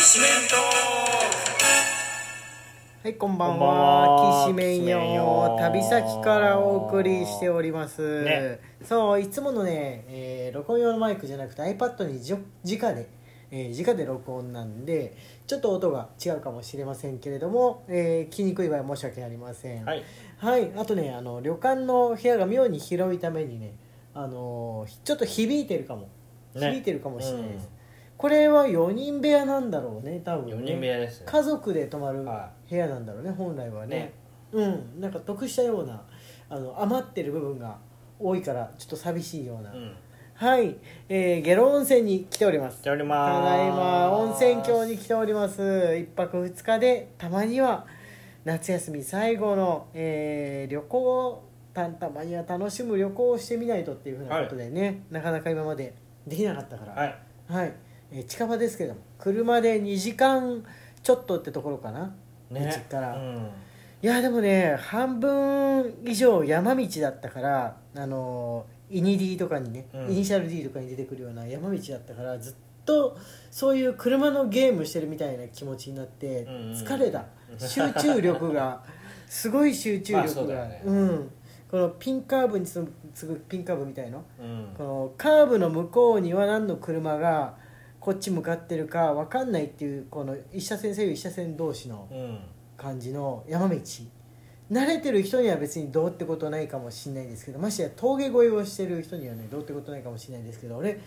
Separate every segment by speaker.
Speaker 1: しめんと
Speaker 2: はい、こんば
Speaker 3: こん
Speaker 2: ん
Speaker 3: ばん
Speaker 2: は。
Speaker 3: は
Speaker 2: きしめんよ。旅先からお送りしております。
Speaker 3: ね
Speaker 2: そう、いつものね、えー録音用のマイクじゃなくて iPad にじょ直で、えー直で録音なんで、ちょっと音が違うかもしれませんけれども、えー聞きにくい場合は申し訳ありません。
Speaker 3: はい、
Speaker 2: はい、あとね、あの、旅館の部屋が妙に広いためにね、あのーちょっと響いてるかも。
Speaker 3: ね
Speaker 2: 響いてるかもしれないです。
Speaker 3: うん
Speaker 2: これは4人部屋なんだろうね、多分、ね。
Speaker 3: 4人部屋ですね
Speaker 2: 家族で泊まる
Speaker 3: は
Speaker 2: 部屋なんだろうね本来はね
Speaker 3: ね
Speaker 2: うんなんか得したようなあの余ってる部分が多いからちょっと寂しいような、
Speaker 3: うん、
Speaker 2: はい、えー、下呂温泉に来ております
Speaker 3: 来ており
Speaker 2: た
Speaker 3: ます
Speaker 2: だいま温泉郷に来ております1泊2日でたまには夏休み最後の、えー旅行をたたまには楽しむ旅行をしてみないとっていうふうなことでね、なかなか今までできなかったから、
Speaker 3: はい
Speaker 2: はい、えー近場ですけども車で2時間ちょっとってところかな、うちから、
Speaker 3: う
Speaker 2: い
Speaker 3: ん、
Speaker 2: やでもね半分以上山道だったからあのーイニ D とかにね、
Speaker 3: うん
Speaker 2: イニシャル D とかに出てくるような山道だったからずっとそういう車のゲームしてるみたいな気持ちになって
Speaker 3: うんうん
Speaker 2: 疲れ た、集中力がすごい集中
Speaker 3: まあそう
Speaker 2: 力
Speaker 3: だ
Speaker 2: が、
Speaker 3: よね
Speaker 2: うんこのピンカーブに次ぐピンカーブみたいの
Speaker 3: うん
Speaker 2: このカーブの向こうには何の車がこっち向かってるか分かんないっていうこの一車線左右一車線同士の
Speaker 3: うん
Speaker 2: 感じの山道慣れてる人には別にどうってことないかもしれないですけどましてや峠越えをしてる人にはねどうってことないかもしれないですけど俺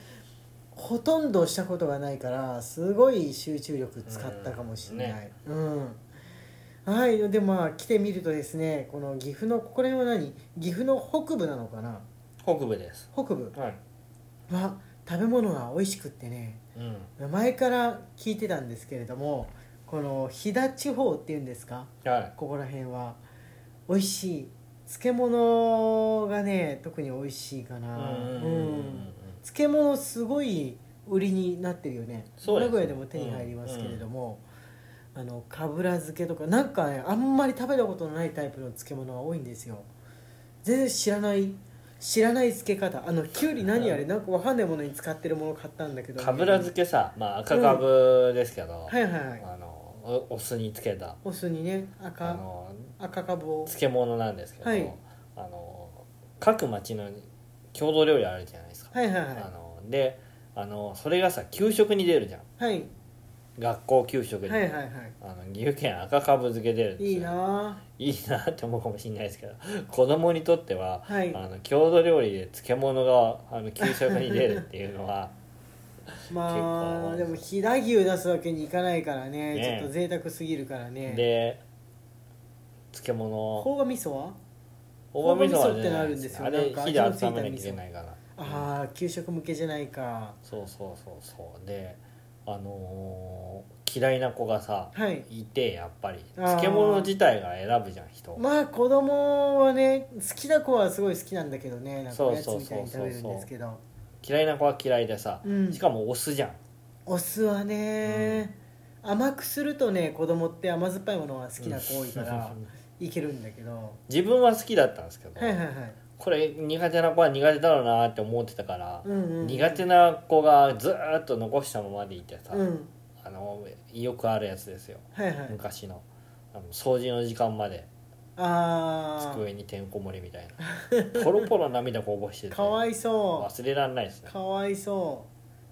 Speaker 2: ほとんどしたことがないからすごい集中力使ったかもしれない、うんはいでもまあ来てみるとですねこの岐阜のここら辺は何岐阜の北部なのかな
Speaker 3: 北部です
Speaker 2: 北部
Speaker 3: はい、
Speaker 2: は食べ物が美味しくってね
Speaker 3: うん、
Speaker 2: 前から聞いてたんですけれどもこの飛騨地方っていうんですか
Speaker 3: はい
Speaker 2: ここら辺は美味しい漬物がね特に美味しいかな
Speaker 3: うん
Speaker 2: うん漬物すごい売りになってるよね
Speaker 3: そうです
Speaker 2: 名古屋でも手に入りますけれども、あのかぶら漬けとかなんかねあんまり食べたことのないタイプの漬物が多いんですよ全然知らない知らない漬け方あのきゅうり何あれなんかわかんないものに使ってるもの買ったんだけど
Speaker 3: かぶら漬けさ、まあ、赤かぶですけど、
Speaker 2: はいはいはい
Speaker 3: あのおお酢につけた
Speaker 2: お酢にね
Speaker 3: あ
Speaker 2: 赤
Speaker 3: の
Speaker 2: 赤かぶを
Speaker 3: 漬物なんですけど、
Speaker 2: はい
Speaker 3: あの各町の郷土料理あるじゃないですか、
Speaker 2: はいはい
Speaker 3: あ
Speaker 2: は
Speaker 3: のであのそれがさ給食に出るじゃん
Speaker 2: いはい
Speaker 3: 学校給食に、
Speaker 2: はいはいは
Speaker 3: あの岐阜県赤かぶ漬け出るんで
Speaker 2: いい
Speaker 3: す
Speaker 2: い
Speaker 3: よ
Speaker 2: ない
Speaker 3: いなって思うかもしれないですけど 子供にとっては、
Speaker 2: はい
Speaker 3: あの郷土料理で漬物があの給食に出るっていうの は
Speaker 2: ぁまあ
Speaker 3: 結構
Speaker 2: でも飛騨牛出すわけにいかないからね
Speaker 3: ね
Speaker 2: ちょっと贅沢すぎるからね
Speaker 3: で漬物
Speaker 2: ほうが味噌は
Speaker 3: 大葉味噌はね
Speaker 2: 大葉味噌ってのあるんですよ
Speaker 3: あれ
Speaker 2: なんか
Speaker 3: 火で温めなきゃいけないから
Speaker 2: ああ給食向けじゃないか
Speaker 3: そうそうそうそうであのー嫌いな子がさ
Speaker 2: はい
Speaker 3: いてやっぱり
Speaker 2: あー
Speaker 3: 漬物自体が選ぶじゃん人、
Speaker 2: まあ子供はね好きな子はすごい好きなんだけどねなんか
Speaker 3: そ
Speaker 2: お
Speaker 3: う
Speaker 2: やつ
Speaker 3: そう
Speaker 2: みたいに食べるんですけど
Speaker 3: 嫌いな子は嫌いでさ、
Speaker 2: うん
Speaker 3: しかもお酢じゃん
Speaker 2: お酢はね、甘くするとね子供って甘酸っぱいものは好きな子多いから
Speaker 3: うん
Speaker 2: いけるんだけど
Speaker 3: 自分は好きだったんですけど、
Speaker 2: はいはいはい
Speaker 3: これ苦手な子は苦手だろうなって思ってたから、
Speaker 2: うんうんうん
Speaker 3: 苦手な子がずーっと残したままでいてさ、
Speaker 2: うん
Speaker 3: あのよくあるやつですよ
Speaker 2: はいはい
Speaker 3: 昔のあの掃除の時間まで
Speaker 2: あ
Speaker 3: 机にてんこ盛りみたい なポロポロ涙こぼして
Speaker 2: あ
Speaker 3: て
Speaker 2: かわいそ
Speaker 3: 忘れられないです
Speaker 2: う
Speaker 3: ね
Speaker 2: かわいそ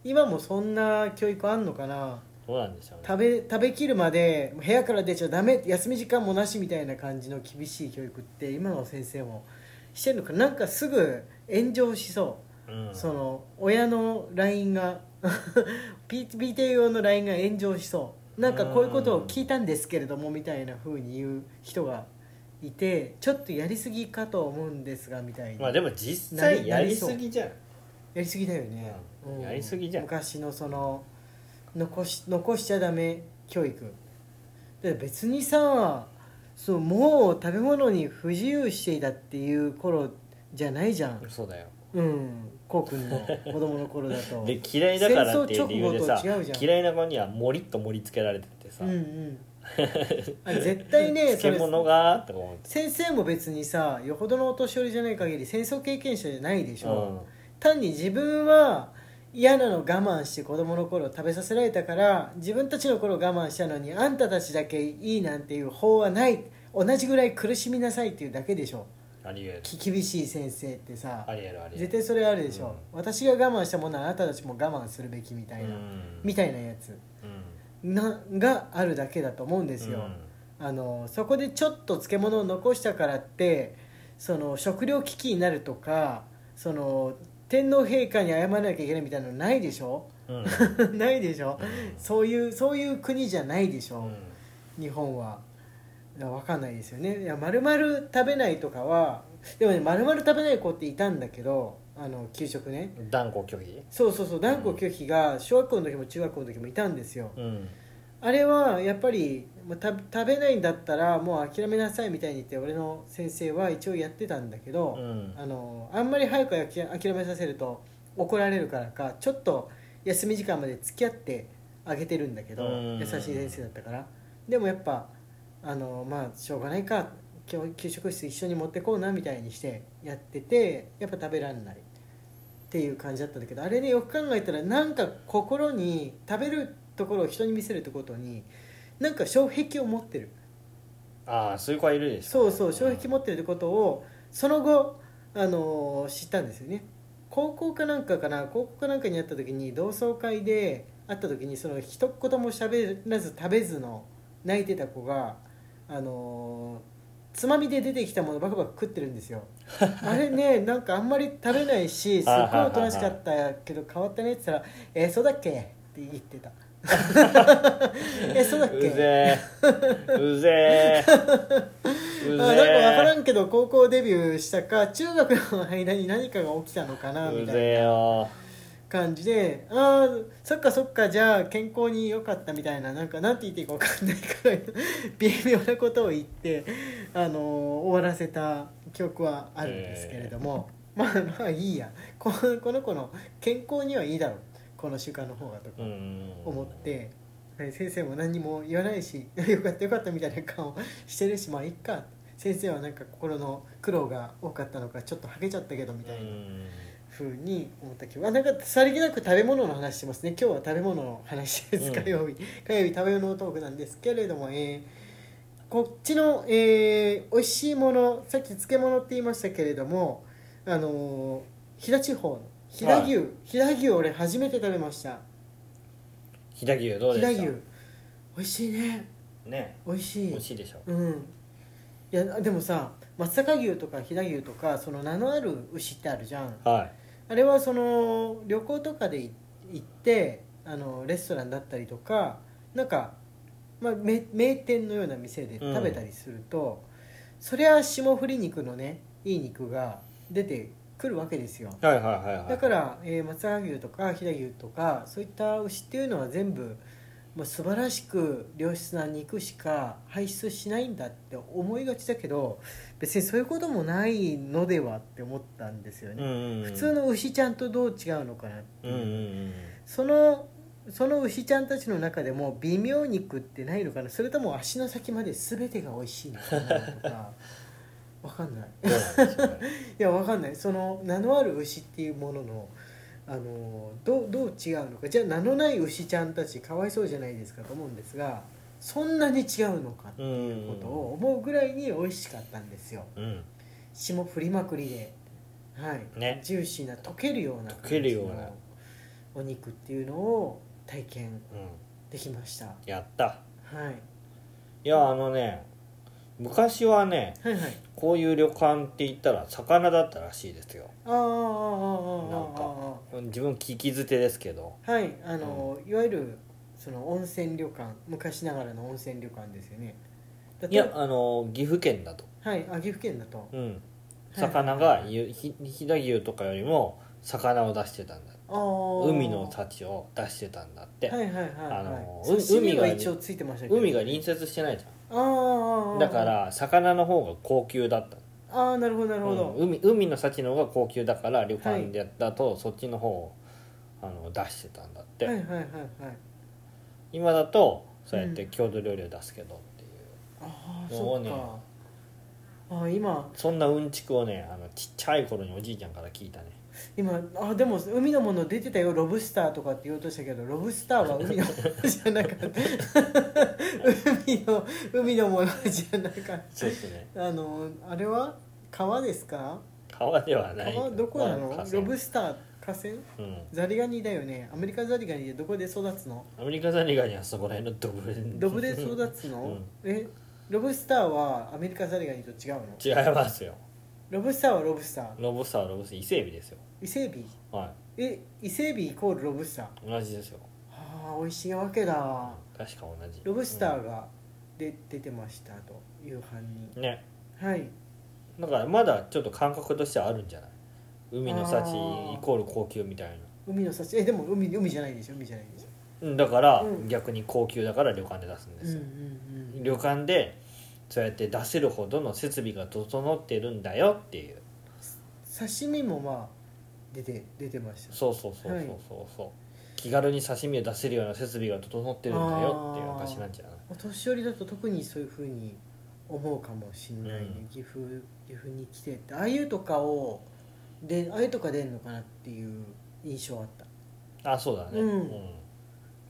Speaker 2: う今もそんな教育あんのかな
Speaker 3: そうなんですよね
Speaker 2: 食べ食べきるまで部屋から出ちゃダメ休み時間もなしみたいな感じの厳しい教育って今の先生もしてるのかななんかすぐ炎上しそう、
Speaker 3: うん、
Speaker 2: その親の LINE が PTA 用の LINE が炎上しそうなんかこういうことを聞いたんですけれどもみたいな風に言う人がいてちょっとやりすぎかと思うんですがみたいな、
Speaker 3: まあでも実際や
Speaker 2: なり
Speaker 3: りすぎじゃん
Speaker 2: やりすぎだよね、
Speaker 3: うんやりすぎじゃん
Speaker 2: 昔のその残し残しちゃダメ教育で別にさそうもう食べ物に不自由していたっていう頃じゃないじゃん
Speaker 3: そうだよ
Speaker 2: うんこうくんの子供の頃だ と
Speaker 3: で嫌いだからってい
Speaker 2: 戦
Speaker 3: う理
Speaker 2: 争直
Speaker 3: 由
Speaker 2: 後
Speaker 3: で
Speaker 2: と
Speaker 3: さ
Speaker 2: 違うじゃん
Speaker 3: 嫌いな子にはもりっと盛り付けられててさ、
Speaker 2: うんうんあ絶対ねそ
Speaker 3: 漬
Speaker 2: れ
Speaker 3: 物がーって思って
Speaker 2: 先生も別にさよほどのお年寄りじゃない限り戦争経験者じゃないでしょ、
Speaker 3: うん
Speaker 2: 単に自分は嫌なの我慢して子供の頃食べさせられたから自分たちの頃我慢したのにあんたたちだけいいなんていう法はない同じぐらい苦しみなさいっていうだけでしょ
Speaker 3: ありえる
Speaker 2: き厳しい先生ってさ
Speaker 3: ありえるありえ
Speaker 2: 絶
Speaker 3: る
Speaker 2: 対それあるでしょ、私が我慢したものはあなたたちも我慢するべきみたいな、
Speaker 3: うん
Speaker 2: みたいなやつ
Speaker 3: うん
Speaker 2: ながあるだけだと思うんですよ、あのそこでちょっと漬物を残したからってその食糧危機になるとかその天皇陛下に謝らなきゃいけないみたいなのないでしょ
Speaker 3: うんうん
Speaker 2: ないでしょ、
Speaker 3: うん
Speaker 2: そういうそういう国じゃないでしょ、
Speaker 3: うん
Speaker 2: 日本はだから分かんないですよねいや丸々食べないとかはでもね丸々食べない子っていたんだけどあの給食ね
Speaker 3: 断固拒否
Speaker 2: そうそうそう断固拒否が小学校の時も中学校の時もいたんですよ、
Speaker 3: うん
Speaker 2: あれはやっぱりもうた食べないんだったらもう諦めなさいみたいに言って俺の先生は一応やってたんだけど、
Speaker 3: うん
Speaker 2: あのあんまり早くあき諦めさせると怒られるからかちょっと休み時間まで付き合ってあげてるんだけど
Speaker 3: うん
Speaker 2: 優しい先生だったからでもやっぱあのまあしょうがないか今日給食室一緒に持ってこうなみたいにしてやっててやっぱ食べられないっていう感じだったんだけどあれねよく考えたらなんか心に食べるところを人に見せるってことになんか障壁を持ってる
Speaker 3: ああそういう子はいるでし
Speaker 2: そうそう障壁持ってるってことをその後、あのー知ったんですよね高校かなんかかな高校かなんかに会った時に同窓会で会った時にその一言も喋らず食べずの泣いてた子が、あのーつまみで出てきたものバクバク食ってるん ですよあれねなんかあんまり食べない しすっごいおとなしかったけど変わったねって言ったら「えそうだっけ?」って言って た「えそうだっけ?」
Speaker 3: うぜえ うぜえうぜえ
Speaker 2: あなんか分からんけど高校デビューしたか中学の間に何かが起きたのかなみ
Speaker 3: う
Speaker 2: た
Speaker 3: ぜ
Speaker 2: い
Speaker 3: え
Speaker 2: な
Speaker 3: よ
Speaker 2: 感じでああそっかそっかじゃあ健康に良かったみたいななんかなんて言っていいか分かんないくら いの微妙なことを言って、あのー終わらせた記憶はあるんですけれども、まあまあいいやこ のこの子の健康にはいいだろうこの習慣の方がとか
Speaker 3: うん
Speaker 2: 思って。ね先生も何にも言わないし よかったよかったみたいな顔してるしまあいっか先生はなんか心の苦労が多かったのかちょっとハゲちゃったけどみ
Speaker 3: う
Speaker 2: たいなん風に思ったけど、あなんかさりげなく食べ物の話してますね今日は食べ物の話です、
Speaker 3: うん
Speaker 2: 火曜日火曜日食べ物トークなんですけれども、えーこっちの、えー、美味しいものさっき漬物って言いましたけれどもあのー飛騨地方の飛騨牛、飛騨牛俺初めて食べました
Speaker 3: 飛騨牛どう
Speaker 2: 飛
Speaker 3: で
Speaker 2: 騨
Speaker 3: した
Speaker 2: 牛美味しいね
Speaker 3: ね
Speaker 2: 美味しい
Speaker 3: 美味しいでしょ
Speaker 2: うんいやでもさ松阪牛とか飛騨牛とかその名のある牛ってあるじゃん
Speaker 3: は
Speaker 2: あれはその旅行とかでい行ってあのレストランだったりとかなんか、まあ、め名店のような店で食べたりすると、そりゃ霜降り肉のねいい肉が出てくるわけですよ
Speaker 3: いはいはいはいはい
Speaker 2: だから、えー松阪牛とか飛騨牛とかそういった牛っていうのは全部もう素晴らしく良質な肉しか排出しないんだって思いがちだけど別にそういうこともないのではって思ったんですよ
Speaker 3: うん
Speaker 2: ね、
Speaker 3: うんうん
Speaker 2: 普通の牛ちゃんとどう違うのかなって
Speaker 3: う
Speaker 2: い
Speaker 3: ん
Speaker 2: う、
Speaker 3: うんうん
Speaker 2: そのその牛ちゃんたちの中でも微妙肉ってないのかなそれとも足の先まで全てが美味しいのかなと かわかんない
Speaker 3: どうなんでしょうね
Speaker 2: いやわかんないその名のある牛っていうもののあのどうどう違うのかじゃあ名のない牛ちゃんたちかわいそうじゃないですかと思うんですがそんなに違うのかっていうことを思うぐらいに美味しかったんですよ
Speaker 3: うん
Speaker 2: 霜降りまくりで、はい
Speaker 3: ね
Speaker 2: ジューシーな溶けるような
Speaker 3: 溶けるような
Speaker 2: 感じのお肉っていうのを体
Speaker 3: う
Speaker 2: 験
Speaker 3: ん
Speaker 2: できました、は
Speaker 3: やった
Speaker 2: い、
Speaker 3: いやあのね昔はね
Speaker 2: はいはい
Speaker 3: こういう旅館って言ったら魚だったらしいですよ
Speaker 2: あーあーあー
Speaker 3: な
Speaker 2: あ
Speaker 3: ん
Speaker 2: ーあーあー
Speaker 3: か自分聞き捨てですけど
Speaker 2: はいあの、いわゆるその温泉旅館昔ながらの温泉旅館ですよねだと
Speaker 3: いやあの岐阜県だと
Speaker 2: はいあ岐阜県だと
Speaker 3: うん
Speaker 2: い
Speaker 3: 魚がゆひ飛騨牛とかよりも魚を出してたんだ
Speaker 2: あー
Speaker 3: 海の幸を出してたんだって、
Speaker 2: はいはいはいはい
Speaker 3: あの
Speaker 2: そう
Speaker 3: う
Speaker 2: 刺身
Speaker 3: 海
Speaker 2: は
Speaker 3: が
Speaker 2: 一応ついてましたけど
Speaker 3: 海が隣接してないじゃ
Speaker 2: あーあーあ
Speaker 3: ん
Speaker 2: ー
Speaker 3: だから魚の方が高級だった
Speaker 2: ああなるほどなるほど、
Speaker 3: うん海海の幸の方が高級だから旅館でやったと、そっちの方をあの出してたんだって、
Speaker 2: はいはいはいはい
Speaker 3: 今だとそうやって郷土料理を出すけどっていう
Speaker 2: ああ
Speaker 3: も
Speaker 2: そうっ
Speaker 3: ね
Speaker 2: かあ今
Speaker 3: そんなうんちくをねあのちっちゃい頃におじいちゃんから聞いたね
Speaker 2: 今あでも海のもの出てたよロブスターとかって言おうとしたけどロブスターは海のものじゃなかった 海の海のものじゃなかっ
Speaker 3: そうですね
Speaker 2: たあのあれは川ですか
Speaker 3: 川ではない
Speaker 2: 川どこなの、
Speaker 3: まあ河川
Speaker 2: ロブスター河川
Speaker 3: うん
Speaker 2: ザリガニだよねアメリカザリガニでどこで育つの
Speaker 3: アメリカザリガニはそこら辺のドブ
Speaker 2: ドブで育つの、えロブスターはアメリカザリガニと違うの
Speaker 3: 違いますよ
Speaker 2: ロブスターはロブスター
Speaker 3: ロブスターはロブスター伊勢海老ですよ
Speaker 2: 伊勢海老
Speaker 3: は
Speaker 2: え伊勢海老イコールロブスター
Speaker 3: い同じですよ
Speaker 2: あー美味しいわけだ
Speaker 3: 確か同じ
Speaker 2: ロブスターがで、出てましたと夕飯に
Speaker 3: うんね
Speaker 2: はい
Speaker 3: だからまだちょっと感覚としてはあるんじゃない海の幸
Speaker 2: あー
Speaker 3: イコール高級みたいな
Speaker 2: 海の幸えでも海海じゃないでしょ海じゃないでしょ
Speaker 3: うんだから、
Speaker 2: うん
Speaker 3: 逆に高級だから旅館で出すんで
Speaker 2: うん
Speaker 3: す
Speaker 2: うん
Speaker 3: よ、
Speaker 2: うん
Speaker 3: 旅館でそうやって出せるほどの設備が整ってるんだよっていう
Speaker 2: 刺身もまあ出て出てました
Speaker 3: そうそうそうそうそうそう、気軽に刺身を出せるような設備が整ってるんだよっていう証なんじゃない
Speaker 2: お年寄りだと特にそういうふうに思うかもしんないね、
Speaker 3: うん
Speaker 2: 岐阜岐阜に来てってああいうとかをでああいうとか出んのかなっていう印象あった
Speaker 3: あそうだね
Speaker 2: うん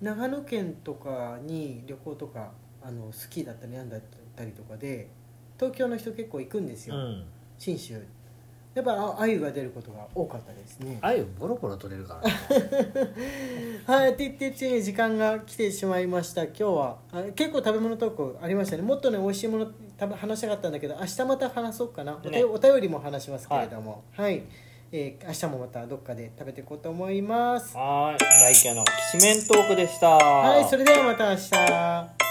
Speaker 2: 長野県とかに旅行とかあのスキーだったりなんだったりとかで東京の人結構行くんです
Speaker 3: う
Speaker 2: よ、
Speaker 3: ん
Speaker 2: 信州やっぱあ鮎が出ることが多かったですね
Speaker 3: あゆボロボロ取れるからね
Speaker 2: はい、てってって時間が来てしまいました。今日はあ結構食べ物トークありましたね。もっとね美味しいもの食べ話したかったんだけど、明日また話そうかな。お,、
Speaker 3: ね
Speaker 2: お便りも話しますけれども、はい、えー明日もまたどっかで食べていこうと思います。
Speaker 3: はーい荒井家のきしめんトークでした
Speaker 2: はい、それではまた明日。